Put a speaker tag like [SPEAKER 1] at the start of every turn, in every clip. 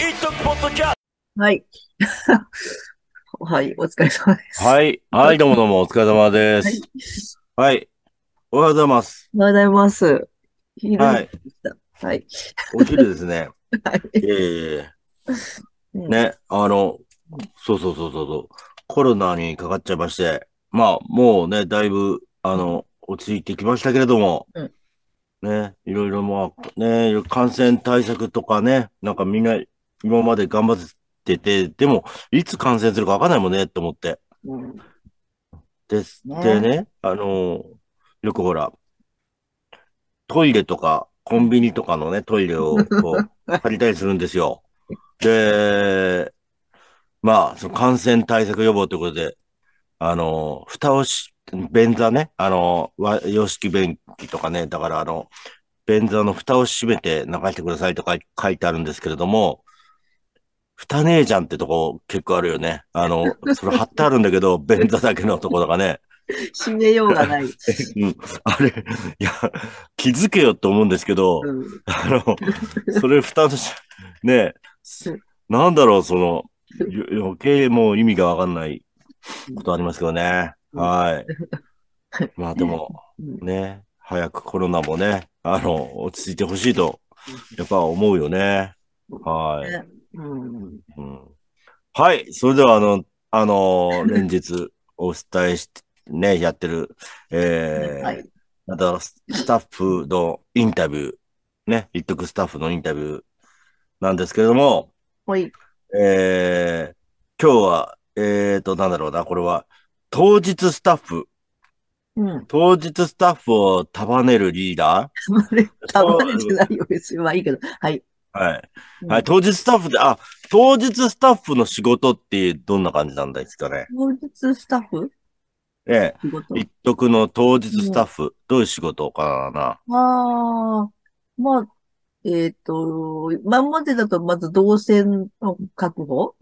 [SPEAKER 1] イトポッドキャス
[SPEAKER 2] はい。はい、お疲れ様です。い。
[SPEAKER 1] はい。はい、どうもどうも、お疲れ様です。はい。おはようございます。
[SPEAKER 2] おはようございます。昼
[SPEAKER 1] は
[SPEAKER 2] はい
[SPEAKER 1] い。。
[SPEAKER 2] はい。
[SPEAKER 1] お昼ですね。
[SPEAKER 2] はい
[SPEAKER 1] ええ
[SPEAKER 2] うん
[SPEAKER 1] ね、あの、そうそうそうそうそう。コロナにかかっちゃいまして、まあ、もうね、だいぶ、あの、落ち着いてきましたけれども、
[SPEAKER 2] うん
[SPEAKER 1] ね、いろいろまあ、ね、感染対策とかね、なんかみんな今まで頑張ってて、でも、いつ感染するかわかんないもんね、と思って。
[SPEAKER 2] うん
[SPEAKER 1] です。
[SPEAKER 2] ね
[SPEAKER 1] でね、あの、よくほら、トイレとか、コンビニとかのね、トイレをこう、借りたりするんですよ。で、まあ、その感染対策予防ということで、あの、蓋をし、便座ね、あの、和洋式便器とかね、だからあの、便座の蓋を閉めて流してくださいとか書いてあるんですけれども、蓋ねえじゃんってとこ結構あるよね。あの、それ貼ってあるんだけど、 便座だけのところがね。
[SPEAKER 2] 締めようがない。
[SPEAKER 1] うん、あれ、いや、気づけよって思うんですけど、
[SPEAKER 2] うん。
[SPEAKER 1] あの、それ蓋とし、ねえ、なんだろう、その、よ余計もう意味がわかんないことありますけどね。
[SPEAKER 2] うん
[SPEAKER 1] はい。まあでも、
[SPEAKER 2] うん
[SPEAKER 1] ね、早くコロナもね、あの、落ち着いてほしいと、やっぱ思うよね。はい。
[SPEAKER 2] うん。
[SPEAKER 1] うんはい。それでは、あの、あの、連日お伝えして、ね、やってる、えー、
[SPEAKER 2] はい。
[SPEAKER 1] またスタッフのインタビュー、ね、一徳スタッフのインタビューなんですけれども、
[SPEAKER 2] はい。
[SPEAKER 1] えー、今日は、えーと、なんだろうな、これは、当日スタッフ、
[SPEAKER 2] うん。
[SPEAKER 1] 当日スタッフを束ねるリーダ
[SPEAKER 2] まれ、たまれてないよ、別に。まあいいけど。はい。
[SPEAKER 1] ーはい。
[SPEAKER 2] うん
[SPEAKER 1] はい、当日スタッフで、あ、当日スタッフの仕事ってどんな感じなんですかね。
[SPEAKER 2] 当日スタッフ
[SPEAKER 1] ええ
[SPEAKER 2] 仕事。
[SPEAKER 1] 一徳の当日スタッフ、どういう仕事かな。
[SPEAKER 2] ああ、まあ、えっと、今までだとまず動線の確保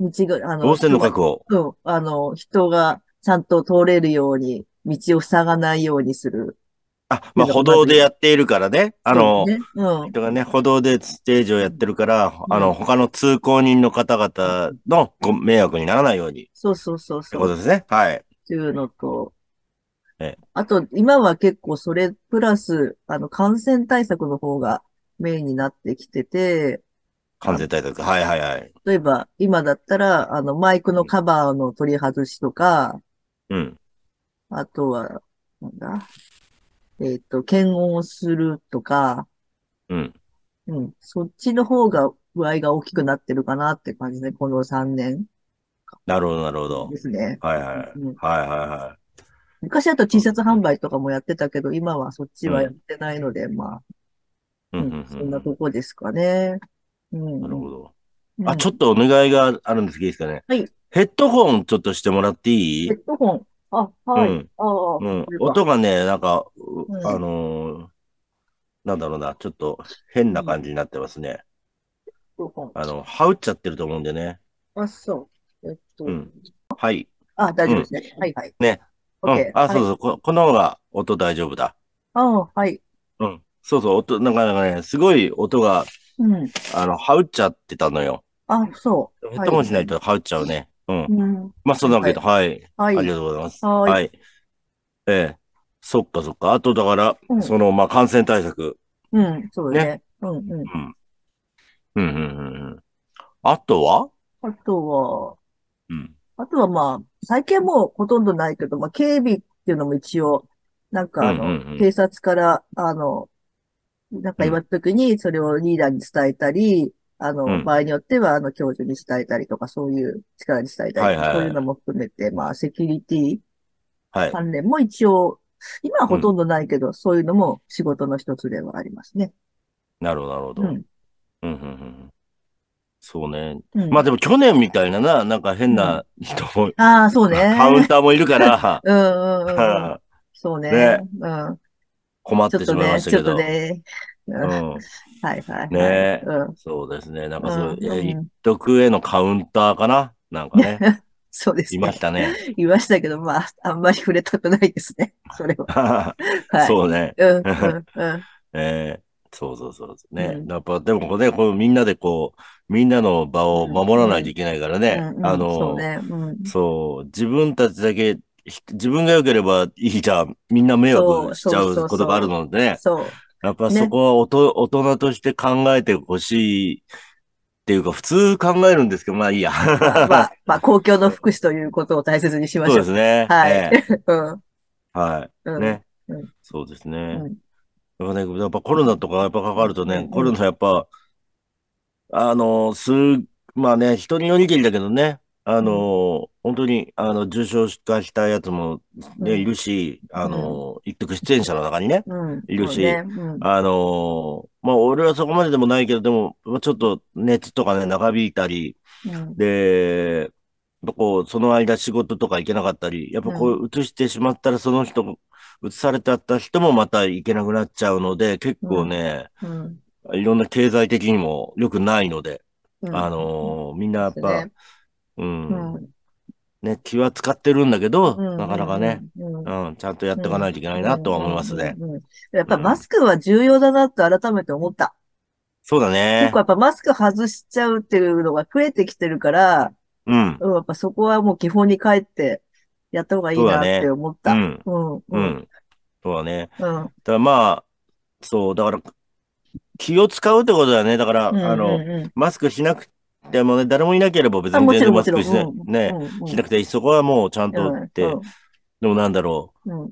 [SPEAKER 2] 道が、あの、
[SPEAKER 1] 動線の確保。
[SPEAKER 2] うん、あの、人がちゃんと通れるように、道を塞がないようにする。
[SPEAKER 1] あ、まあ、歩道でやっているからね。あの、
[SPEAKER 2] ね、うん、
[SPEAKER 1] 人がね、歩道でステージをやってるから、
[SPEAKER 2] うん
[SPEAKER 1] あの、他の通行人の方々のご迷惑にならないように。っ
[SPEAKER 2] そうそうそう
[SPEAKER 1] て
[SPEAKER 2] そ
[SPEAKER 1] こ
[SPEAKER 2] う、
[SPEAKER 1] とですね。はい。
[SPEAKER 2] っていうのと
[SPEAKER 1] ええ、
[SPEAKER 2] あと、今は結構それプラス、あの、感染対策の方がメインになってきてて、
[SPEAKER 1] 感染対策。はいはいはい。
[SPEAKER 2] 例えば、今だったら、あの、マイクのカバーの取り外しとか、
[SPEAKER 1] うん。
[SPEAKER 2] あとは、なんだ、えっと、検温をするとか、
[SPEAKER 1] うん。
[SPEAKER 2] うん、そっちの方が具合が大きくなってるかなって感じね、この3年
[SPEAKER 1] なるほど、なるほど
[SPEAKER 2] で。すね。
[SPEAKER 1] はいはい。はい
[SPEAKER 2] うん
[SPEAKER 1] はいは
[SPEAKER 2] 昔だと T シャツ販売とかもやってたけど、今はそっちはやってないので、まあ、
[SPEAKER 1] い。う
[SPEAKER 2] うん
[SPEAKER 1] うん
[SPEAKER 2] ん、そ
[SPEAKER 1] うんん。
[SPEAKER 2] な
[SPEAKER 1] な
[SPEAKER 2] とこですかね。うん。
[SPEAKER 1] るほど。
[SPEAKER 2] うん
[SPEAKER 1] あ、ちょっとお願いがあるんですけどいいですかね。
[SPEAKER 2] はい。
[SPEAKER 1] ヘッドホンちょっとしてもらっていい
[SPEAKER 2] ヘッドホン。あ、はい。
[SPEAKER 1] うん
[SPEAKER 2] ああ、
[SPEAKER 1] うん
[SPEAKER 2] これ、か
[SPEAKER 1] 音がね、なんか、う
[SPEAKER 2] うん
[SPEAKER 1] あのーなんだろうな、ちょっと変な感じになってますね。
[SPEAKER 2] ヘッドホン。
[SPEAKER 1] あの、はうっちゃってると思うんでね。
[SPEAKER 2] あ、そう。えっと、
[SPEAKER 1] うんはい。
[SPEAKER 2] あ、大丈夫ですね。はいはい。
[SPEAKER 1] ね。
[SPEAKER 2] オッケー
[SPEAKER 1] うん。あ、そう
[SPEAKER 2] う。
[SPEAKER 1] そう、こ、この方が音大丈夫だ。
[SPEAKER 2] あはい。
[SPEAKER 1] うん。そうそう、音、なんかなんかね、すごい音が、
[SPEAKER 2] うん。
[SPEAKER 1] あの、はうっちゃってたのよ。
[SPEAKER 2] あ、そう。
[SPEAKER 1] ヘ
[SPEAKER 2] はい
[SPEAKER 1] ッドホンしないとはうっちゃうね。うん。
[SPEAKER 2] うん。
[SPEAKER 1] まあ、そんなわけで、はい。
[SPEAKER 2] はい。
[SPEAKER 1] ありがとうございます。
[SPEAKER 2] はい
[SPEAKER 1] はい。ええ。そっかそっか。あと、だから、
[SPEAKER 2] うん
[SPEAKER 1] その、まあ、感染対策。
[SPEAKER 2] うん、そうだね。うんうん。
[SPEAKER 1] うん。うん、うん、うんうん。あとは
[SPEAKER 2] あとは、
[SPEAKER 1] うん。
[SPEAKER 2] あとはまあ、最近はもうほとんどないけど、まあ、警備っていうのも一応、なんかあの、
[SPEAKER 1] うんうんうん
[SPEAKER 2] 警察から、あの、なんか言われた時に、それをリーダーに伝えたり、あの、
[SPEAKER 1] うん
[SPEAKER 2] 場合によっては、あの、教授に伝えたりとか、そういう力に伝えたりと
[SPEAKER 1] はい
[SPEAKER 2] か、
[SPEAKER 1] はいはい
[SPEAKER 2] そういうのも含めて、まあ、セキュリティ
[SPEAKER 1] はい。
[SPEAKER 2] 関連も一応、今はほとんどないけど、そういうのも仕事の一つではありますね。
[SPEAKER 1] なるほど、なるほど。
[SPEAKER 2] う
[SPEAKER 1] うん、
[SPEAKER 2] ん。
[SPEAKER 1] うん、うん。そうね。
[SPEAKER 2] うん。
[SPEAKER 1] まあでも去年みたいなな、なんか変な人も、
[SPEAKER 2] ああ、そうね。
[SPEAKER 1] カウンターもいるから、
[SPEAKER 2] うん うんう んうん。そうね。
[SPEAKER 1] ね
[SPEAKER 2] うん。
[SPEAKER 1] 困っ
[SPEAKER 2] ちょ
[SPEAKER 1] て
[SPEAKER 2] っ
[SPEAKER 1] し
[SPEAKER 2] と
[SPEAKER 1] まいま
[SPEAKER 2] ね、
[SPEAKER 1] した
[SPEAKER 2] ちょ
[SPEAKER 1] け
[SPEAKER 2] っと
[SPEAKER 1] ど。
[SPEAKER 2] ね。うん
[SPEAKER 1] うん、
[SPEAKER 2] はいはい。
[SPEAKER 1] ねえ
[SPEAKER 2] うん。
[SPEAKER 1] そうですね。なんかそう、
[SPEAKER 2] うん
[SPEAKER 1] いや
[SPEAKER 2] うん
[SPEAKER 1] 一徳へのカウンターかななんか ね、
[SPEAKER 2] そうです
[SPEAKER 1] い
[SPEAKER 2] ね
[SPEAKER 1] ま。したね。
[SPEAKER 2] 言いましたけど、まあ、あんまり触 れたくないですね。それは。はい。
[SPEAKER 1] そうね。
[SPEAKER 2] うん。うん。うん。
[SPEAKER 1] えーそうそうそうそう。ね。
[SPEAKER 2] うん
[SPEAKER 1] やっぱ、でもね、このみんなでこう、みんなの場を守らないといけないから ね。
[SPEAKER 2] うんうん
[SPEAKER 1] あ
[SPEAKER 2] そう
[SPEAKER 1] の、
[SPEAKER 2] ね。うん。
[SPEAKER 1] そう、自分たちだけ、ひ自分が良ければいいじゃん。みんな迷惑しちゃ
[SPEAKER 2] そうそうそうそう
[SPEAKER 1] うことがあるのでね。
[SPEAKER 2] そう。
[SPEAKER 1] やっぱ
[SPEAKER 2] ね
[SPEAKER 1] そこはおと、大人として考えてほしいっていうか、普通考えるんですけど、まあいいや。
[SPEAKER 2] まあ、まあ、まあ、公共の福祉ということを大切にしまし
[SPEAKER 1] そう
[SPEAKER 2] ょ
[SPEAKER 1] ですね。
[SPEAKER 2] はい
[SPEAKER 1] ええ
[SPEAKER 2] う。
[SPEAKER 1] は
[SPEAKER 2] うん。う
[SPEAKER 1] い。
[SPEAKER 2] ん。
[SPEAKER 1] ね
[SPEAKER 2] うん。
[SPEAKER 1] そうです
[SPEAKER 2] う
[SPEAKER 1] ね。
[SPEAKER 2] ん。
[SPEAKER 1] やっぱね、やっぱコロナとかやっぱかかると
[SPEAKER 2] うん
[SPEAKER 1] ね、コロナやっぱ、あの、す、まあね、人によりけりだけどね、あの、本当に、あの、重症化したやつも、ね、いるし、あの、一徳出演者の中にね、
[SPEAKER 2] うん。
[SPEAKER 1] いるし
[SPEAKER 2] そうねうん。
[SPEAKER 1] あの、まあ、俺はそこまででもないけど、でも、まあちょっと熱とかね、長引いたり、
[SPEAKER 2] うん
[SPEAKER 1] で、やっぱこう、その間仕事とか行けなかったり、やっぱこう、移してしまったら、その人、移されちゃった人もまた行けなくなっちゃうので、結構ね、
[SPEAKER 2] うん。
[SPEAKER 1] いろんな経済的にも良くないので、
[SPEAKER 2] うん
[SPEAKER 1] あ、のーみんなやっ
[SPEAKER 2] そう
[SPEAKER 1] ぱ
[SPEAKER 2] ね、
[SPEAKER 1] う、
[SPEAKER 2] うんん。
[SPEAKER 1] ね、気は使ってるんだけど、
[SPEAKER 2] うん
[SPEAKER 1] なかなかね、。
[SPEAKER 2] うん。うん
[SPEAKER 1] うん、ちゃんとやっていかないといけないなとは思いますね。。
[SPEAKER 2] うんうんうんやっぱマスクは重要だなと改めて思った。
[SPEAKER 1] そうだ
[SPEAKER 2] 結
[SPEAKER 1] ね
[SPEAKER 2] 構。やっぱマスク外しちゃうっていうのが増えてきてるから、
[SPEAKER 1] うん、
[SPEAKER 2] うん、やっぱそこはもう基本に帰ってやった方がいいなって思っ
[SPEAKER 1] う
[SPEAKER 2] た。
[SPEAKER 1] ん、
[SPEAKER 2] うん、う、
[SPEAKER 1] うんん。そうだね。
[SPEAKER 2] うん。
[SPEAKER 1] だからまあ、そう、だから、気を使うってことだよね。だから、あ
[SPEAKER 2] うん
[SPEAKER 1] の、
[SPEAKER 2] うん
[SPEAKER 1] マスクしなくてもね、誰もいなければ別
[SPEAKER 2] あ
[SPEAKER 1] に
[SPEAKER 2] もち
[SPEAKER 1] 全
[SPEAKER 2] ろん、
[SPEAKER 1] 然
[SPEAKER 2] も
[SPEAKER 1] マ
[SPEAKER 2] ち
[SPEAKER 1] ス
[SPEAKER 2] ろん。
[SPEAKER 1] クしない、
[SPEAKER 2] うん
[SPEAKER 1] ね、
[SPEAKER 2] うん
[SPEAKER 1] しなくていい。そこはもうちゃんと
[SPEAKER 2] うん
[SPEAKER 1] って、でもなんだろう。
[SPEAKER 2] うんうん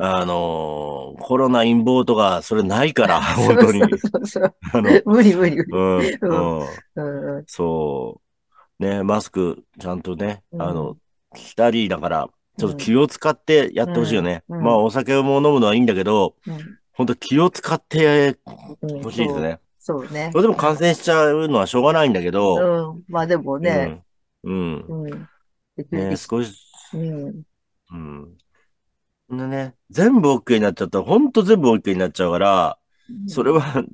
[SPEAKER 1] あのーコロナ陰謀とか、それないから、本当に。
[SPEAKER 2] そうそう
[SPEAKER 1] あ
[SPEAKER 2] そ
[SPEAKER 1] の
[SPEAKER 2] う、無理無理無理。
[SPEAKER 1] うん、
[SPEAKER 2] ん
[SPEAKER 1] うん、
[SPEAKER 2] うんうん
[SPEAKER 1] そう。ね、マスク、ちゃんとね、
[SPEAKER 2] うん
[SPEAKER 1] あの、したり、だから、ちょっと気を使ってやってほしいよね。
[SPEAKER 2] うんうん
[SPEAKER 1] まあ、お酒も飲むのはいいんだけど、本当気を使って
[SPEAKER 2] うん
[SPEAKER 1] ほしいです。ね。
[SPEAKER 2] そうそうね
[SPEAKER 1] そ。れでも感染しちゃうのはしょうがないんだけど、
[SPEAKER 2] うん。まあでもね、
[SPEAKER 1] うん、うん。
[SPEAKER 2] うん。できる
[SPEAKER 1] ね、
[SPEAKER 2] でし
[SPEAKER 1] 少し、
[SPEAKER 2] うん。
[SPEAKER 1] うん。でね、全部 OK になっちゃったら、本当全部 OK になっちゃうから、それは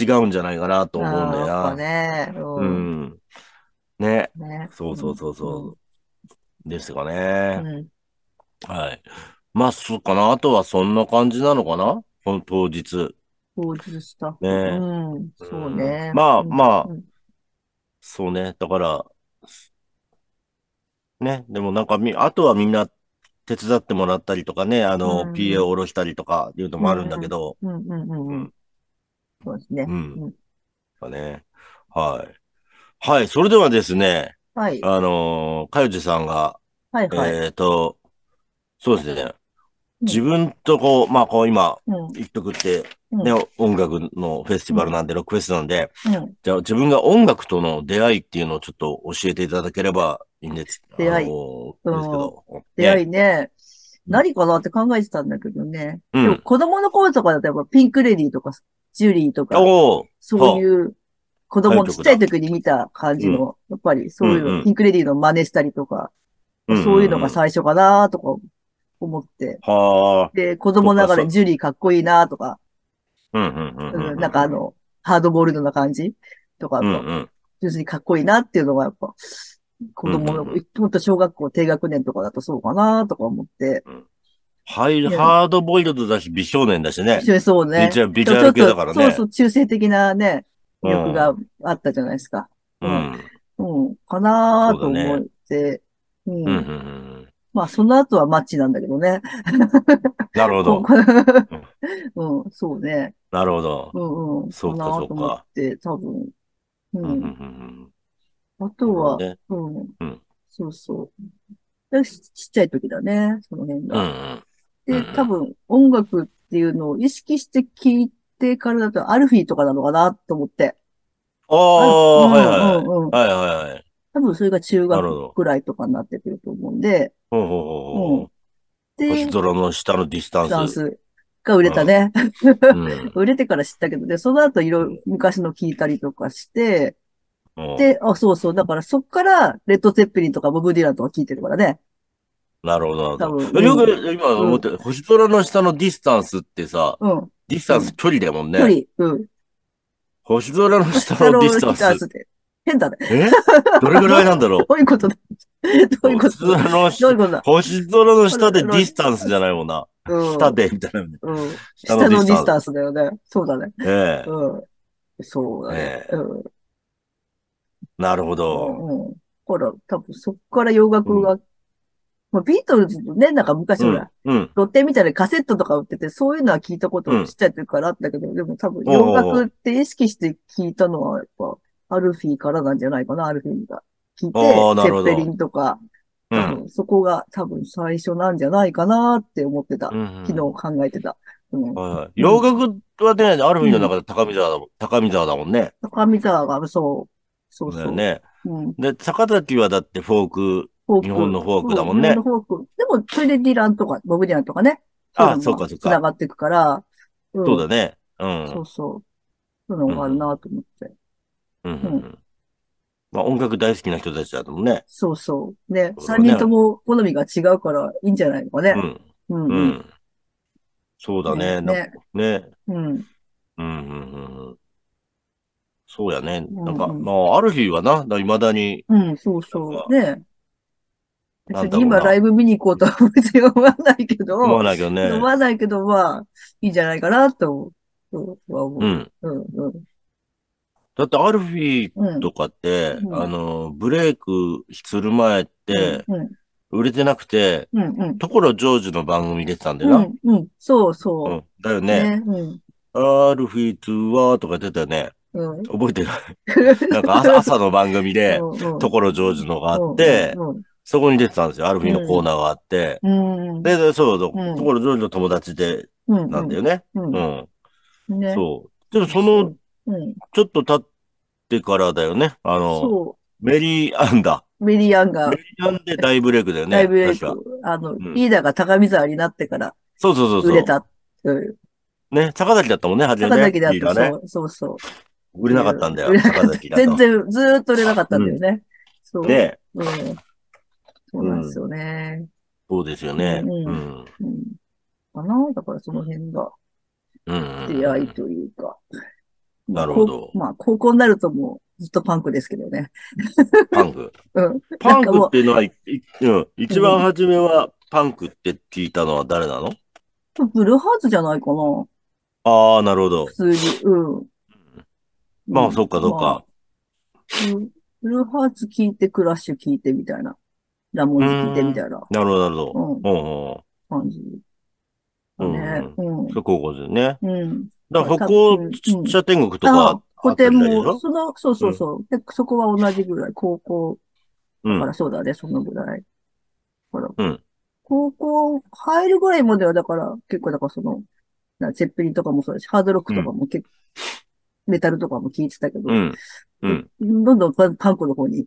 [SPEAKER 1] 違うんじゃないかなと思うんだよな。
[SPEAKER 2] あーやっぱね。
[SPEAKER 1] う
[SPEAKER 2] うん。
[SPEAKER 1] ん。ね。
[SPEAKER 2] ね。
[SPEAKER 1] そうそうそう
[SPEAKER 2] うん
[SPEAKER 1] そ。う。ですか
[SPEAKER 2] う
[SPEAKER 1] ね。
[SPEAKER 2] ん。
[SPEAKER 1] はい。まあ、そうかな。あとはそんな感じなのかなこの当日。
[SPEAKER 2] 当日した。
[SPEAKER 1] ね
[SPEAKER 2] うん。そうね。
[SPEAKER 1] まあ
[SPEAKER 2] うん
[SPEAKER 1] まあ
[SPEAKER 2] うん
[SPEAKER 1] そうね。だから、ね。でもなんかみ、あとはみんな手伝ってもらったりとかね。あの、
[SPEAKER 2] うん
[SPEAKER 1] PA を下ろしたりとかいうのもあるんだけど。
[SPEAKER 2] うんうんうんうん。そうですね
[SPEAKER 1] う。
[SPEAKER 2] うんん。
[SPEAKER 1] だね。はい。はい。それではですね、
[SPEAKER 2] はい。
[SPEAKER 1] あのーかよじさんが、
[SPEAKER 2] はいはい。
[SPEAKER 1] えっと、そうですね。
[SPEAKER 2] ん
[SPEAKER 1] 自分とこう、まあこう今、
[SPEAKER 2] うん。
[SPEAKER 1] 一曲って、
[SPEAKER 2] うん
[SPEAKER 1] ね、音楽のフェスティバルなんで、ロックフェスなんで、
[SPEAKER 2] うん。
[SPEAKER 1] じゃあ自分が音楽との出会いっていうのをちょっと教えていただければいいんです。
[SPEAKER 2] 出会い
[SPEAKER 1] あのーですけど。
[SPEAKER 2] 出
[SPEAKER 1] い。
[SPEAKER 2] 会いね。何かなって考えてたんだけどね。
[SPEAKER 1] う
[SPEAKER 2] でも
[SPEAKER 1] ん。
[SPEAKER 2] 子供の頃とかだとやっぱピンクレディーとか、ジュリーとか、
[SPEAKER 1] おお
[SPEAKER 2] そういう子
[SPEAKER 1] 歌
[SPEAKER 2] 供の
[SPEAKER 1] 謡
[SPEAKER 2] ちっ
[SPEAKER 1] 曲
[SPEAKER 2] ちゃ
[SPEAKER 1] だ
[SPEAKER 2] い時に見た感じの、やっぱりそう
[SPEAKER 1] う
[SPEAKER 2] いう
[SPEAKER 1] んう
[SPEAKER 2] の、
[SPEAKER 1] ん
[SPEAKER 2] ピンクレディーの真似したりとか、そういうのが。最初かなとか思って。
[SPEAKER 1] は
[SPEAKER 2] で、子供ながらジュリーかっこいいなとか、
[SPEAKER 1] あ。うんうんうん
[SPEAKER 2] う
[SPEAKER 1] うんん。
[SPEAKER 2] なんかあ、の、ハードボールドな感じとか、
[SPEAKER 1] うんう
[SPEAKER 2] 純
[SPEAKER 1] ん。
[SPEAKER 2] 粋にかっこいいなっていうのがやっぱ、子供の
[SPEAKER 1] うんうんう、
[SPEAKER 2] ほんと小学校低学年とかだとそうかなとか思って。
[SPEAKER 1] はい、ハードボイルドだし、美少年だしね
[SPEAKER 2] 一。緒にそうね。
[SPEAKER 1] ビジュアルビ
[SPEAKER 2] ち
[SPEAKER 1] ジュ
[SPEAKER 2] ょ
[SPEAKER 1] アル系だから
[SPEAKER 2] ちょっと
[SPEAKER 1] ね
[SPEAKER 2] そうそ。う、中性的なね、
[SPEAKER 1] うん
[SPEAKER 2] 魅力があったじゃないですか。
[SPEAKER 1] うん。
[SPEAKER 2] うん、かなーと
[SPEAKER 1] そうだね
[SPEAKER 2] 思って。うん
[SPEAKER 1] うんうんうん。
[SPEAKER 2] まあ、その後はマッチなんだけどね。
[SPEAKER 1] なるほど。
[SPEAKER 2] うん、そうね。
[SPEAKER 1] なるほど。
[SPEAKER 2] うんうん。
[SPEAKER 1] そうか
[SPEAKER 2] なーと思って、多分。
[SPEAKER 1] う
[SPEAKER 2] うん。
[SPEAKER 1] うんうんん
[SPEAKER 2] あ
[SPEAKER 1] うん。
[SPEAKER 2] とは、
[SPEAKER 1] ね
[SPEAKER 2] うん。
[SPEAKER 1] うん
[SPEAKER 2] そうそう。でちちっちゃい時だね、その辺
[SPEAKER 1] うんう
[SPEAKER 2] が。
[SPEAKER 1] ん。
[SPEAKER 2] で
[SPEAKER 1] う、ん
[SPEAKER 2] 多分、音楽っていうのを意識して聞いてからだと、アルフィーとかなのかなと思って。
[SPEAKER 1] あ
[SPEAKER 2] あ
[SPEAKER 1] あ、はいはいはい。
[SPEAKER 2] うんうんうん。
[SPEAKER 1] はいはいはい。
[SPEAKER 2] 多分それが中
[SPEAKER 1] なるほ
[SPEAKER 2] 学
[SPEAKER 1] ど
[SPEAKER 2] ぐらいとかになってくると思うんで、
[SPEAKER 1] ほうほうほうほう。
[SPEAKER 2] で、
[SPEAKER 1] 星
[SPEAKER 2] ダ
[SPEAKER 1] 空の下のディスタンス。
[SPEAKER 2] ンスが売れたね。
[SPEAKER 1] うん
[SPEAKER 2] 売れてから知ったけど、で、その後いろいろ昔の聞いたりとかして、
[SPEAKER 1] うん
[SPEAKER 2] で、あ、そうそう、だからそっから、レッド・ゼッペリンとかボブ・ディランとか聞いてるからね。
[SPEAKER 1] なるほど、なるほ
[SPEAKER 2] 多
[SPEAKER 1] ど。
[SPEAKER 2] 分
[SPEAKER 1] よく今思って、星空の下のディスタンスってさ、
[SPEAKER 2] うん。
[SPEAKER 1] ディスタンス距離だもん
[SPEAKER 2] 距
[SPEAKER 1] ね。
[SPEAKER 2] 離、うん。
[SPEAKER 1] 星空の下のディスタンス。
[SPEAKER 2] で。変だね。
[SPEAKER 1] えどれぐらいなんだろう
[SPEAKER 2] どういうことだ どういうこと
[SPEAKER 1] 星空の
[SPEAKER 2] どうい
[SPEAKER 1] 下
[SPEAKER 2] うことだ
[SPEAKER 1] 星空の下でディスタンスじゃないもんな。
[SPEAKER 2] うん
[SPEAKER 1] 下で、みたいな。
[SPEAKER 2] うん。
[SPEAKER 1] 下
[SPEAKER 2] 下
[SPEAKER 1] の
[SPEAKER 2] の
[SPEAKER 1] デ
[SPEAKER 2] デ
[SPEAKER 1] ィ
[SPEAKER 2] ィ
[SPEAKER 1] スタンス
[SPEAKER 2] スタンスだよね。そうだね。
[SPEAKER 1] ええ。
[SPEAKER 2] うん。そうだね
[SPEAKER 1] え。
[SPEAKER 2] うん。
[SPEAKER 1] なるほど。
[SPEAKER 2] うん。ほら、多分そこから洋楽が、まあビートルズのね、なんか昔
[SPEAKER 1] う
[SPEAKER 2] ほ
[SPEAKER 1] ん
[SPEAKER 2] ら、。
[SPEAKER 1] うん。
[SPEAKER 2] ロッテみたいなカセットとか売ってて、そういうのは聞いたこと
[SPEAKER 1] うん
[SPEAKER 2] ちっちゃい時からあったけど、でも多分
[SPEAKER 1] おうお
[SPEAKER 2] 洋
[SPEAKER 1] う
[SPEAKER 2] 楽って意識して聞いたのは、やっぱ、アルフィーからなんじゃないかな、アルフィーが。聞いて、
[SPEAKER 1] おうな
[SPEAKER 2] セ
[SPEAKER 1] るほ
[SPEAKER 2] ッ
[SPEAKER 1] ど
[SPEAKER 2] ペリンとか、
[SPEAKER 1] う
[SPEAKER 2] 多
[SPEAKER 1] ん。
[SPEAKER 2] 分そこが多分最初なんじゃないかなって思ってた。
[SPEAKER 1] うん
[SPEAKER 2] 昨日考えてた。うん。
[SPEAKER 1] はいはい洋楽はね、アルミの中で高見沢だもん。高見沢だもんね。
[SPEAKER 2] 高見沢が、そう。そう
[SPEAKER 1] だ
[SPEAKER 2] そ
[SPEAKER 1] よ
[SPEAKER 2] う。
[SPEAKER 1] ね。
[SPEAKER 2] うん。
[SPEAKER 1] で、坂崎はだってフォーク。
[SPEAKER 2] フォーク
[SPEAKER 1] 日本のフォークだもんね
[SPEAKER 2] そう日本のフォーク。でも、それでディランとか、ボブ・ディランとかね。
[SPEAKER 1] あ、
[SPEAKER 2] そ
[SPEAKER 1] そう
[SPEAKER 2] いううの
[SPEAKER 1] か
[SPEAKER 2] が
[SPEAKER 1] そう
[SPEAKER 2] 繋
[SPEAKER 1] か。
[SPEAKER 2] がっていくから。うん
[SPEAKER 1] そうだね。うん。
[SPEAKER 2] そうそう。そういうのがあるなと思って。
[SPEAKER 1] うんうんうんまあ音楽大好きな人たちだともね。
[SPEAKER 2] そうそう。ね、
[SPEAKER 1] そうだ
[SPEAKER 2] 三
[SPEAKER 1] ね
[SPEAKER 2] 人とも好みが違うからいいんじゃないのかね
[SPEAKER 1] う。ん。
[SPEAKER 2] うん
[SPEAKER 1] う
[SPEAKER 2] うん。
[SPEAKER 1] ん。そうだね。なんか
[SPEAKER 2] ね。
[SPEAKER 1] ね。
[SPEAKER 2] うん。
[SPEAKER 1] うんうんうんうん。そうやね。
[SPEAKER 2] うん
[SPEAKER 1] なんか、
[SPEAKER 2] うん
[SPEAKER 1] まあ、ある日はな、だ未だに、
[SPEAKER 2] うん、そう
[SPEAKER 1] なん
[SPEAKER 2] そ
[SPEAKER 1] か
[SPEAKER 2] う。ね。
[SPEAKER 1] なんだろう
[SPEAKER 2] 別
[SPEAKER 1] な
[SPEAKER 2] に今ライブ見に行こうとは別に思わないけど、
[SPEAKER 1] 思わないけどね。
[SPEAKER 2] 思わないけど、まあ、いいんじゃないかなと思う。うんは思
[SPEAKER 1] う
[SPEAKER 2] う。
[SPEAKER 1] ん。
[SPEAKER 2] うん、うん、
[SPEAKER 1] だって、アルフィー
[SPEAKER 2] うん。
[SPEAKER 1] とかって、
[SPEAKER 2] うん
[SPEAKER 1] あの、ブレイクする前って、
[SPEAKER 2] うん、
[SPEAKER 1] 売れてなくて、
[SPEAKER 2] うん、うん。
[SPEAKER 1] ところジョージの番組出てたんだよ
[SPEAKER 2] う
[SPEAKER 1] な。
[SPEAKER 2] ん、うん。そう
[SPEAKER 1] う
[SPEAKER 2] そ
[SPEAKER 1] ん。だよ
[SPEAKER 2] う。
[SPEAKER 1] ね。
[SPEAKER 2] うん。
[SPEAKER 1] アルフィー2は、とか出てたよね。
[SPEAKER 2] うん。
[SPEAKER 1] 覚 えてない。 なんか朝、朝の番組で、ところジョージのがあって、
[SPEAKER 2] うん、
[SPEAKER 1] そこに出てたんですよ。アルフィーのコーナーがあって。
[SPEAKER 2] うん。
[SPEAKER 1] で、でそう、と
[SPEAKER 2] ん
[SPEAKER 1] ころジョージの友達で、
[SPEAKER 2] うん、
[SPEAKER 1] なんだよね。
[SPEAKER 2] う。
[SPEAKER 1] うんん。
[SPEAKER 2] うん。ね。
[SPEAKER 1] そう。でもその、
[SPEAKER 2] うん。
[SPEAKER 1] ちょっと経ってからだよね。あの、
[SPEAKER 2] そ
[SPEAKER 1] メリーアンだ。
[SPEAKER 2] う。メリアンが
[SPEAKER 1] メ、リーアンで大ブレイクだよね。
[SPEAKER 2] ライブレイク
[SPEAKER 1] 確か。、
[SPEAKER 2] あの、
[SPEAKER 1] ん
[SPEAKER 2] リーダーが高見沢になってから
[SPEAKER 1] そうそうそうそう。
[SPEAKER 2] 売れた。うん
[SPEAKER 1] ね、坂崎だったもんね、初め
[SPEAKER 2] 高
[SPEAKER 1] ね。
[SPEAKER 2] 崎だっ
[SPEAKER 1] リー
[SPEAKER 2] た
[SPEAKER 1] ダーね。
[SPEAKER 2] そうそうそう。
[SPEAKER 1] 売れなかったんだ
[SPEAKER 2] 売れ
[SPEAKER 1] よ、
[SPEAKER 2] なか
[SPEAKER 1] 坂崎だと。
[SPEAKER 2] 全然、ずーっと売れなかったんだよね。そう。
[SPEAKER 1] ね、
[SPEAKER 2] うん。そうなんですよね。
[SPEAKER 1] そうですよね。
[SPEAKER 2] うん
[SPEAKER 1] うん。
[SPEAKER 2] うん。かなだからその辺が
[SPEAKER 1] うん。
[SPEAKER 2] 出会いというか。
[SPEAKER 1] なるほど
[SPEAKER 2] まあ、高校になるともうずっとパンクですけどね。
[SPEAKER 1] パンク。
[SPEAKER 2] うん。
[SPEAKER 1] パン
[SPEAKER 2] なんか
[SPEAKER 1] ク
[SPEAKER 2] も
[SPEAKER 1] っていうのは、いいうん、一番初めは、パンクって聞いたのは誰なの
[SPEAKER 2] う、ブルーハーツじゃないかな。
[SPEAKER 1] ああ、なるほど
[SPEAKER 2] 普。通に。うん。
[SPEAKER 1] まあ、そっか、そっ
[SPEAKER 2] まあ
[SPEAKER 1] か。
[SPEAKER 2] うんブルーハーツ聞いて、クラッシュ聞いてみたいな。ラモンズ聞いてみたいな
[SPEAKER 1] なるほど、なるほ
[SPEAKER 2] うん
[SPEAKER 1] ど。うん、うん。
[SPEAKER 2] 感じ。だね。うん。
[SPEAKER 1] それ高校ですよね。
[SPEAKER 2] うん。
[SPEAKER 1] だから、
[SPEAKER 2] 多
[SPEAKER 1] 北
[SPEAKER 2] 分
[SPEAKER 1] 欧
[SPEAKER 2] うん
[SPEAKER 1] 茶天国と
[SPEAKER 2] あ
[SPEAKER 1] か、
[SPEAKER 2] 古典も、
[SPEAKER 1] ろ
[SPEAKER 2] その、そうそうそう。で、そこは同じぐらい。高校
[SPEAKER 1] う
[SPEAKER 2] だか
[SPEAKER 1] ん。
[SPEAKER 2] らそうだね、そのぐらい。ほら。
[SPEAKER 1] うん
[SPEAKER 2] 高校入るぐらいまでは、だから、結構、だからその、なチェッペリンとかもそうだし、ハードロックとかも結構、メタルとかも聞いてたけ
[SPEAKER 1] う
[SPEAKER 2] ど、
[SPEAKER 1] ん。うん。
[SPEAKER 2] どんどんパパンクの方に、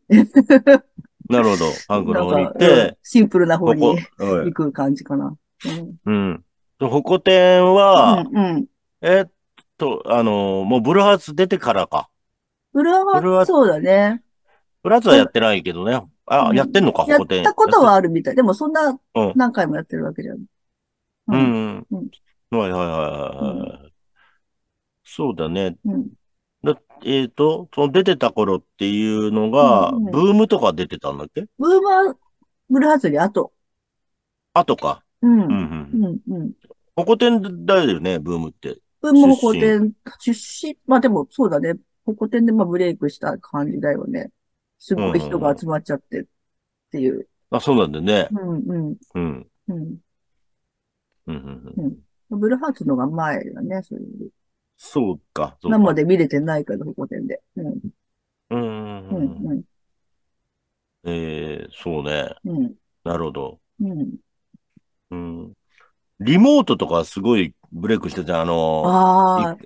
[SPEAKER 1] なるほど。パンクの方に行っ
[SPEAKER 2] なんかうん
[SPEAKER 1] て、
[SPEAKER 2] シンプルな方
[SPEAKER 1] ここ
[SPEAKER 2] に、
[SPEAKER 1] う
[SPEAKER 2] 行
[SPEAKER 1] ん
[SPEAKER 2] く感じかな。うん。
[SPEAKER 1] うん。で北欧店は、
[SPEAKER 2] うん、うん。
[SPEAKER 1] えっと、あのー、もうブルーハーツ出てからか。
[SPEAKER 2] ブル
[SPEAKER 1] ブルーハー
[SPEAKER 2] は、
[SPEAKER 1] ツ
[SPEAKER 2] そうだね。
[SPEAKER 1] ブルーハーツはやってないけどね。あ
[SPEAKER 2] う、ん
[SPEAKER 1] やってんのか、
[SPEAKER 2] や
[SPEAKER 1] 北欧
[SPEAKER 2] っ
[SPEAKER 1] 店。
[SPEAKER 2] たことはあるみたい。でも、そんな
[SPEAKER 1] うん、
[SPEAKER 2] 何回もやってるわけじゃない。
[SPEAKER 1] う
[SPEAKER 2] うん。
[SPEAKER 1] ん。
[SPEAKER 2] うん
[SPEAKER 1] はいはいはいはいはい。そうだね。
[SPEAKER 2] うん。
[SPEAKER 1] だえっと、その出てた頃っていうのが、
[SPEAKER 2] うんうん
[SPEAKER 1] ブームとか出てたんだっけ
[SPEAKER 2] ブーマー、ブルーハーツより後。
[SPEAKER 1] あとか。
[SPEAKER 2] う
[SPEAKER 1] う
[SPEAKER 2] ん。
[SPEAKER 1] んう。
[SPEAKER 2] うんん、うん。
[SPEAKER 1] ここ店だよね、ブームって。
[SPEAKER 2] 文も古典、出身、まあでもそうだね。古典でまあブレイクした感じだよね。すごい人が集まっちゃってっていう。
[SPEAKER 1] あ、そうなんだよね。
[SPEAKER 2] うんうん
[SPEAKER 1] うん。
[SPEAKER 2] うん。
[SPEAKER 1] うんうん
[SPEAKER 2] う
[SPEAKER 1] うんん。
[SPEAKER 2] ブルーハーツのが前だね、そういう。
[SPEAKER 1] そうか、そう
[SPEAKER 2] 生
[SPEAKER 1] か。
[SPEAKER 2] で見れてないけど、古典で。うん
[SPEAKER 1] うんうんう
[SPEAKER 2] う
[SPEAKER 1] んうん。
[SPEAKER 2] ん
[SPEAKER 1] えー、そうね。
[SPEAKER 2] うんうん
[SPEAKER 1] なるほど。
[SPEAKER 2] うん。
[SPEAKER 1] うん。リモートとかすごいブレイクしてた、あの、
[SPEAKER 2] ああ、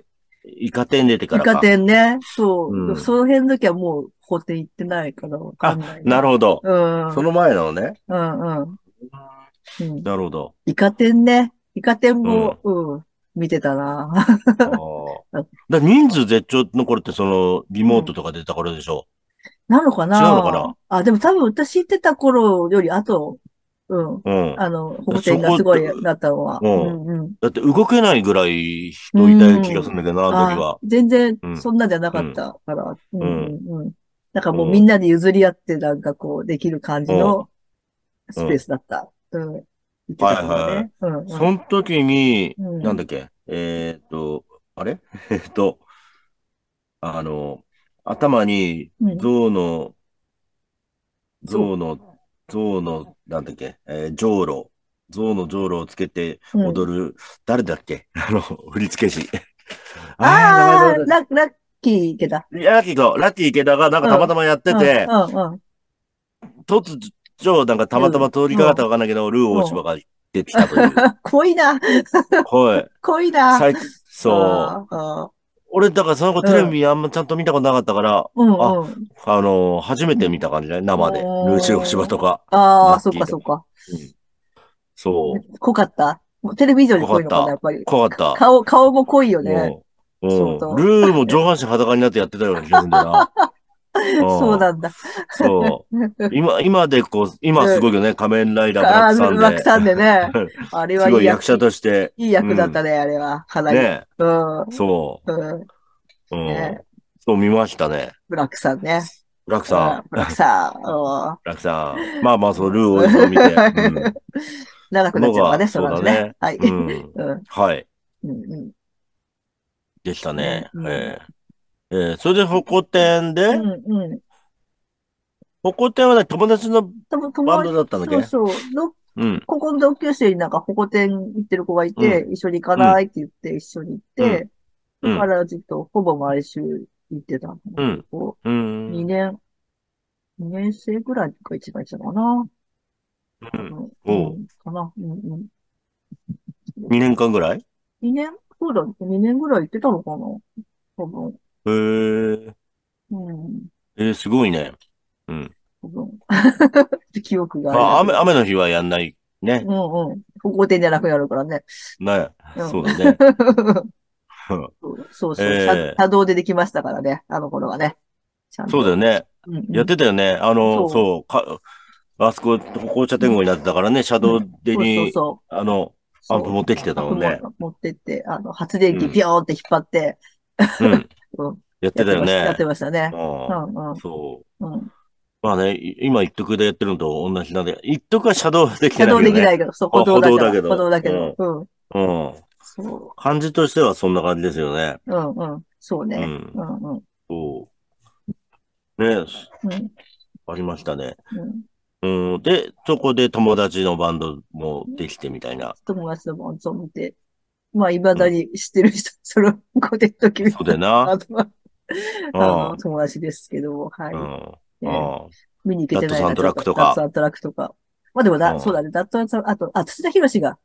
[SPEAKER 1] イイカ店出てか
[SPEAKER 2] イ
[SPEAKER 1] らか。
[SPEAKER 2] カ天ね。そう。
[SPEAKER 1] うん
[SPEAKER 2] その辺の時はもう古典行ってないからわかんない。
[SPEAKER 1] なるほど。
[SPEAKER 2] ほど。うん。
[SPEAKER 1] その前なのね。
[SPEAKER 2] うんうん。うん。
[SPEAKER 1] なるほど。
[SPEAKER 2] イカ天ね。イカ天も、うん、見てたな。
[SPEAKER 1] あーだ人数絶頂の頃って、その、リモートとか出た頃でしょ。
[SPEAKER 2] なのかな
[SPEAKER 1] 違うのかな
[SPEAKER 2] あ、でも多分私行ってた頃より後、うん。
[SPEAKER 1] うん。
[SPEAKER 2] あの、保護店がすごいなったのは。
[SPEAKER 1] うん
[SPEAKER 2] うんうん。
[SPEAKER 1] だって動けないぐらい人いた気がするんだけどな、あの時は
[SPEAKER 2] あ。全然
[SPEAKER 1] うん
[SPEAKER 2] そんなじゃなかったから。うん
[SPEAKER 1] ん
[SPEAKER 2] うんうん。なんかもうみんなで譲り合ってなんかこうできる感じのスペースだった。うん。言ってたからね。うんうん
[SPEAKER 1] その時に、
[SPEAKER 2] うん
[SPEAKER 1] なんだっけ、えーっと、あれ えーっと、あの、頭に
[SPEAKER 2] うん
[SPEAKER 1] 象の、
[SPEAKER 2] そ
[SPEAKER 1] 象
[SPEAKER 2] う
[SPEAKER 1] の、象の、なんだっけ、えー、上路、象の上路をつけて
[SPEAKER 2] うん
[SPEAKER 1] 踊る、誰だっけ あの、振付師。
[SPEAKER 2] あ
[SPEAKER 1] ー名前ど
[SPEAKER 2] あ、
[SPEAKER 1] うだ
[SPEAKER 2] ララッキー池田。
[SPEAKER 1] ラッキーと、ラッキー池田がなんかたまたまやってて、
[SPEAKER 2] うんうんうん
[SPEAKER 1] 突如、なんかたまたま通りかかったかわかんないけど、ルー大柴が出てきたという。
[SPEAKER 2] 濃い な、
[SPEAKER 1] はい。
[SPEAKER 2] 濃いな。
[SPEAKER 1] 最そう。
[SPEAKER 2] あー
[SPEAKER 1] 俺、だからその子テレビあんまちゃんと見たことなかったから、
[SPEAKER 2] うんうん。
[SPEAKER 1] あのー初めて見た感じだね、生で。ル
[SPEAKER 2] おー
[SPEAKER 1] ーシロシバとか。
[SPEAKER 2] あ
[SPEAKER 1] ラ
[SPEAKER 2] あ、
[SPEAKER 1] ッキー
[SPEAKER 2] そっかそっか。
[SPEAKER 1] そう。
[SPEAKER 2] 濃かった。もうテレビ以上に濃いのかな、やっぱり。
[SPEAKER 1] 怖かった。
[SPEAKER 2] 顔、顔も濃いよね。
[SPEAKER 1] うん。うん
[SPEAKER 2] 相当
[SPEAKER 1] ルーも上半身裸になってやってたような気がするんだよ な。
[SPEAKER 2] そうなんだ。
[SPEAKER 1] そう。今、今でこう、今すごいよね、仮面ライダーブ
[SPEAKER 2] あ
[SPEAKER 1] ラ
[SPEAKER 2] あ、
[SPEAKER 1] ック
[SPEAKER 2] 枠
[SPEAKER 1] さ
[SPEAKER 2] さ
[SPEAKER 1] ん
[SPEAKER 2] ん
[SPEAKER 1] で。
[SPEAKER 2] でね。 あれは
[SPEAKER 1] す
[SPEAKER 2] い
[SPEAKER 1] ご
[SPEAKER 2] い
[SPEAKER 1] い役
[SPEAKER 2] 役
[SPEAKER 1] 者として、
[SPEAKER 2] いい役だったね、あれは。かなり。
[SPEAKER 1] ね、
[SPEAKER 2] うん。
[SPEAKER 1] そ
[SPEAKER 2] うん。
[SPEAKER 1] う。うん
[SPEAKER 2] ね。
[SPEAKER 1] そう、見ましたね。
[SPEAKER 2] ブラックさんね。
[SPEAKER 1] ブラックさん
[SPEAKER 2] う、ブラックさん。うん
[SPEAKER 1] ブラックさん。まあまあ、そう、ルーを一応見て。うん
[SPEAKER 2] 長くなっちゃうからね、
[SPEAKER 1] のが
[SPEAKER 2] その後
[SPEAKER 1] そうだ
[SPEAKER 2] ね
[SPEAKER 1] ね。
[SPEAKER 2] はい。
[SPEAKER 1] う
[SPEAKER 2] うん。
[SPEAKER 1] ん。はい。
[SPEAKER 2] うんうん
[SPEAKER 1] でしたね。
[SPEAKER 2] うん
[SPEAKER 1] ええええそれで、ホコ天で、
[SPEAKER 2] うんうん。
[SPEAKER 1] ホコ天はね、友達の、
[SPEAKER 2] 多分友
[SPEAKER 1] バン
[SPEAKER 2] 達
[SPEAKER 1] ドだったんだっけ
[SPEAKER 2] そうそう。の
[SPEAKER 1] うん、
[SPEAKER 2] ここの同級生になんか保護店行ってる子がいて、一緒に行かないって言って、一緒に行って、
[SPEAKER 1] うん
[SPEAKER 2] だからずっとほぼ毎週行ってたの。
[SPEAKER 1] うん
[SPEAKER 2] こ
[SPEAKER 1] う、
[SPEAKER 2] うん2年、2年生ぐらいが一番行ってたのかな。
[SPEAKER 1] う。
[SPEAKER 2] うんん
[SPEAKER 1] おう
[SPEAKER 2] うんかな。うんうん。
[SPEAKER 1] 2年間ぐらいへ
[SPEAKER 2] 2年、そうだね。2年ぐらい行ってたのかな。多分。
[SPEAKER 1] え
[SPEAKER 2] うん。
[SPEAKER 1] えーすごいね。
[SPEAKER 2] 多分。 記憶が
[SPEAKER 1] あ
[SPEAKER 2] ある
[SPEAKER 1] 雨、雨の日はやんない。ね。
[SPEAKER 2] うんうん。保護店じゃなくなるか らね。
[SPEAKER 1] ね。
[SPEAKER 2] うん
[SPEAKER 1] そうだね。
[SPEAKER 2] そうそうそう、
[SPEAKER 1] ええ
[SPEAKER 2] 多多動でできましたからね、あの頃はね。ちゃんと
[SPEAKER 1] そうだよね。
[SPEAKER 2] うんうん
[SPEAKER 1] やってたよね。あの、
[SPEAKER 2] そ
[SPEAKER 1] そう、か、あそこ、歩行者天国になってたからね、シャドウでに、
[SPEAKER 2] そう
[SPEAKER 1] あの、
[SPEAKER 2] そうそう
[SPEAKER 1] アンプ持ってきてたもんね
[SPEAKER 2] アンプ持ってって、あの、発電機
[SPEAKER 1] うん
[SPEAKER 2] ピョーンって引っ張って、
[SPEAKER 1] うん。
[SPEAKER 2] うん
[SPEAKER 1] やってたよね。
[SPEAKER 2] やってましたね。う
[SPEAKER 1] うん
[SPEAKER 2] うん
[SPEAKER 1] ん。そう。
[SPEAKER 2] うん。
[SPEAKER 1] まあね、い今一徳でやってるのと同じなんで、一徳はシャドウできて
[SPEAKER 2] 稼
[SPEAKER 1] ないけど
[SPEAKER 2] 働でき
[SPEAKER 1] ね。
[SPEAKER 2] ないけど、そう、歩道だから。
[SPEAKER 1] 歩道だけど
[SPEAKER 2] 歩道だけど。うん。
[SPEAKER 1] うん。
[SPEAKER 2] そ
[SPEAKER 1] 感じとしてはそんな感じですよね。
[SPEAKER 2] う。うんうん。そう
[SPEAKER 1] う
[SPEAKER 2] ね。
[SPEAKER 1] ん
[SPEAKER 2] う。んうん。
[SPEAKER 1] そう。ね、
[SPEAKER 2] うん
[SPEAKER 1] ありましたね。
[SPEAKER 2] うん。
[SPEAKER 1] うん。で、そこで友達のバンドもできてみたいな。
[SPEAKER 2] 友達のもんを見て、まあ、いまだに知ってる人、その、こてときみ
[SPEAKER 1] そうだよな。
[SPEAKER 2] あとは、
[SPEAKER 1] うん
[SPEAKER 2] あの、友達ですけども、は
[SPEAKER 1] う
[SPEAKER 2] い。
[SPEAKER 1] ん。う
[SPEAKER 2] ええ
[SPEAKER 1] ん。
[SPEAKER 2] 見に行けてないな
[SPEAKER 1] ダットサントラックとか
[SPEAKER 2] ダットサントラックとか。まあでも
[SPEAKER 1] う
[SPEAKER 2] だ、
[SPEAKER 1] ん
[SPEAKER 2] そうだね。ダットサントラック、あと、あ、土田博士が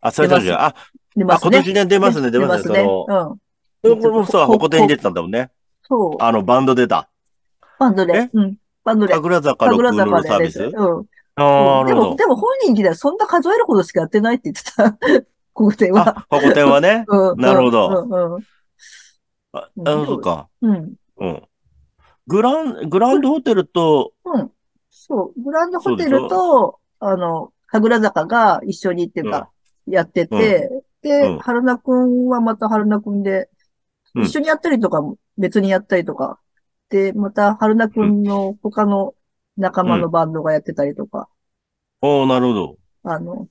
[SPEAKER 1] あ、それ確かに。あ、
[SPEAKER 2] 出ま
[SPEAKER 1] あ、
[SPEAKER 2] す
[SPEAKER 1] 今
[SPEAKER 2] ね。
[SPEAKER 1] 年ね、出ますね、出ますね。その、
[SPEAKER 2] うん。
[SPEAKER 1] そこもさ、
[SPEAKER 2] ここ
[SPEAKER 1] ホコ天に出てたんだもんね。
[SPEAKER 2] そう。
[SPEAKER 1] あの、バンド出た。
[SPEAKER 2] バンドで
[SPEAKER 1] え。
[SPEAKER 2] うん。バンドで。
[SPEAKER 1] 神楽坂ロッ
[SPEAKER 2] 神
[SPEAKER 1] ク
[SPEAKER 2] 楽
[SPEAKER 1] ンロールサー
[SPEAKER 2] 坂で
[SPEAKER 1] ビ
[SPEAKER 2] す。う
[SPEAKER 1] ス
[SPEAKER 2] ん。で
[SPEAKER 1] ああ、なるほ
[SPEAKER 2] も、
[SPEAKER 1] ど。
[SPEAKER 2] でも本人聞いたらそんな数えるほどしかやってないって言ってた。 ここでは。
[SPEAKER 1] あ、ホコ天はね。
[SPEAKER 2] うん。
[SPEAKER 1] なるほど
[SPEAKER 2] うん。
[SPEAKER 1] あ、
[SPEAKER 2] うん
[SPEAKER 1] あの、そっか。
[SPEAKER 2] うん。うん。
[SPEAKER 1] うん。グラン、グランドホテルと、
[SPEAKER 2] うん。そう。グランドホテ
[SPEAKER 1] そう
[SPEAKER 2] ル
[SPEAKER 1] でし
[SPEAKER 2] と、あの、神楽坂が一緒にっていうか、やってて、
[SPEAKER 1] う
[SPEAKER 2] で、
[SPEAKER 1] ん
[SPEAKER 2] 春菜くんはまた春菜くんで、
[SPEAKER 1] うん
[SPEAKER 2] 一緒にやったりとか、別にやったりとか、で、また春菜くんの他の仲間のバンドがやってたりとか、
[SPEAKER 1] おー、なるほど。
[SPEAKER 2] あの、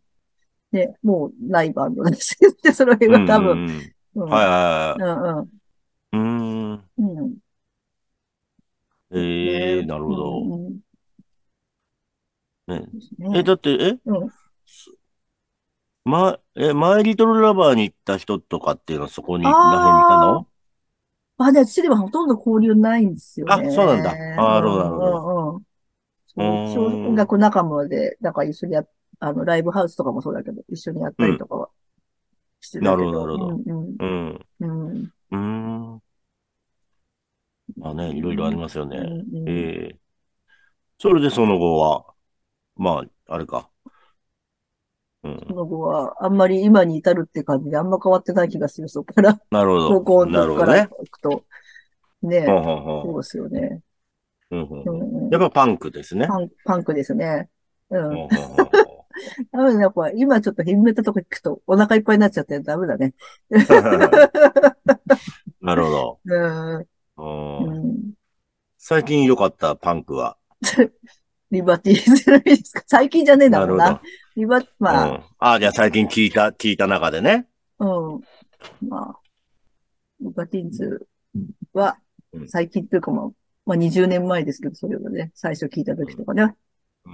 [SPEAKER 2] ね、もうないバンドです。で、その辺は多分、
[SPEAKER 1] うんうん
[SPEAKER 2] うん、
[SPEAKER 1] うん。はいはいは
[SPEAKER 2] うんうん
[SPEAKER 1] い。うーん。
[SPEAKER 2] うん。
[SPEAKER 1] ええなるほど。
[SPEAKER 2] うんうん
[SPEAKER 1] ね、
[SPEAKER 2] です
[SPEAKER 1] え、
[SPEAKER 2] ね。
[SPEAKER 1] だって、え
[SPEAKER 2] うん
[SPEAKER 1] ま、え、マイリトルラバーに行った人とかっていうのはそこに、
[SPEAKER 2] あ
[SPEAKER 1] ら
[SPEAKER 2] ー
[SPEAKER 1] へんにいたの
[SPEAKER 2] まあね、私ではほとんど交流ないんですよね。
[SPEAKER 1] あそうなんだあーなるほどなるほ
[SPEAKER 2] ど。うんうんうん。そう
[SPEAKER 1] うーん
[SPEAKER 2] 音楽仲間で、なんか一緒にやっ、あの、ライブハウスとかもそうだけど、一緒にやったりとかはしてたけど。
[SPEAKER 1] なるほどなる
[SPEAKER 2] うん
[SPEAKER 1] うん。う
[SPEAKER 2] うん。うん。
[SPEAKER 1] ーん。まあね、いろいろありますよ
[SPEAKER 2] う
[SPEAKER 1] ね。
[SPEAKER 2] んうん
[SPEAKER 1] ええそれでその後は、まあ、あれか。うん
[SPEAKER 2] そ。の後は、あんまり今に至るって感じで、あんま変わってない気がする、そこから。
[SPEAKER 1] なるほど。
[SPEAKER 2] 高校
[SPEAKER 1] なる
[SPEAKER 2] の
[SPEAKER 1] ほ
[SPEAKER 2] 時
[SPEAKER 1] ど
[SPEAKER 2] から
[SPEAKER 1] ね。
[SPEAKER 2] 行くと。ね
[SPEAKER 1] ほんほんほん
[SPEAKER 2] そうですよね。
[SPEAKER 1] うんうん
[SPEAKER 2] う
[SPEAKER 1] うん
[SPEAKER 2] んうん
[SPEAKER 1] やっぱパンクですね。
[SPEAKER 2] パンパンクですね。うん。
[SPEAKER 1] ほんほんほんほん
[SPEAKER 2] ダメだ、やっぱ今ちょっとヘビメタとか聞くとお腹いっぱいになっちゃってダメだね。
[SPEAKER 1] なるほ
[SPEAKER 2] うん。
[SPEAKER 1] ど。うん
[SPEAKER 2] うん
[SPEAKER 1] 最近良かったパンクは。
[SPEAKER 2] リバティじゃないですか。最近じゃねえんだ
[SPEAKER 1] な
[SPEAKER 2] ろう
[SPEAKER 1] る
[SPEAKER 2] な。今、
[SPEAKER 1] うん。
[SPEAKER 2] まあ、
[SPEAKER 1] ああ、じゃあ最近聞いた、聞いた中でね。
[SPEAKER 2] うん。まあ、ウガティーンズは
[SPEAKER 1] うん、
[SPEAKER 2] 最近というかまあ、まあ20年前ですけど、それをね、最初聞いた時とかね、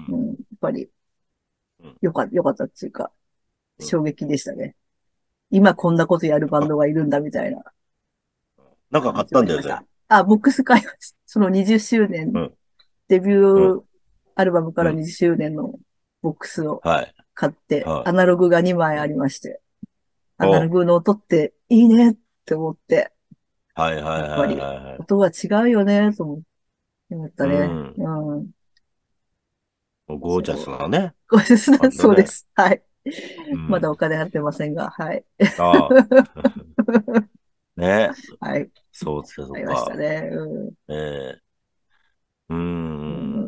[SPEAKER 1] う。
[SPEAKER 2] うんん、やっぱり
[SPEAKER 1] うん、
[SPEAKER 2] よか、よかったっていうか、
[SPEAKER 1] うん
[SPEAKER 2] 衝撃でしたね。今こんなことやるバンドがいるんだみたいな。
[SPEAKER 1] なんか買ったんだよ
[SPEAKER 2] ね
[SPEAKER 1] ね。
[SPEAKER 2] あ、ボックス買いました。その20周年
[SPEAKER 1] うん、
[SPEAKER 2] デビ
[SPEAKER 1] う
[SPEAKER 2] ューアルバムから
[SPEAKER 1] うん
[SPEAKER 2] 20周年のボックスを
[SPEAKER 1] はい。
[SPEAKER 2] 買って、
[SPEAKER 1] はい
[SPEAKER 2] アナログが2枚ありまして、ア
[SPEAKER 1] お
[SPEAKER 2] ナログの音っていいねって思って、
[SPEAKER 1] はいはいはいはいはい。
[SPEAKER 2] 音は違うよねと思ったね。
[SPEAKER 1] うん
[SPEAKER 2] うん。
[SPEAKER 1] ゴージャスなね。
[SPEAKER 2] ごめんなさい
[SPEAKER 1] 本当ね
[SPEAKER 2] そうです。はい。
[SPEAKER 1] うん
[SPEAKER 2] まだお金払ってませんが、はい。
[SPEAKER 1] ああね
[SPEAKER 2] はい。
[SPEAKER 1] そうですか、そう
[SPEAKER 2] ありました
[SPEAKER 1] か。
[SPEAKER 2] ね。うん。
[SPEAKER 1] ええうーん。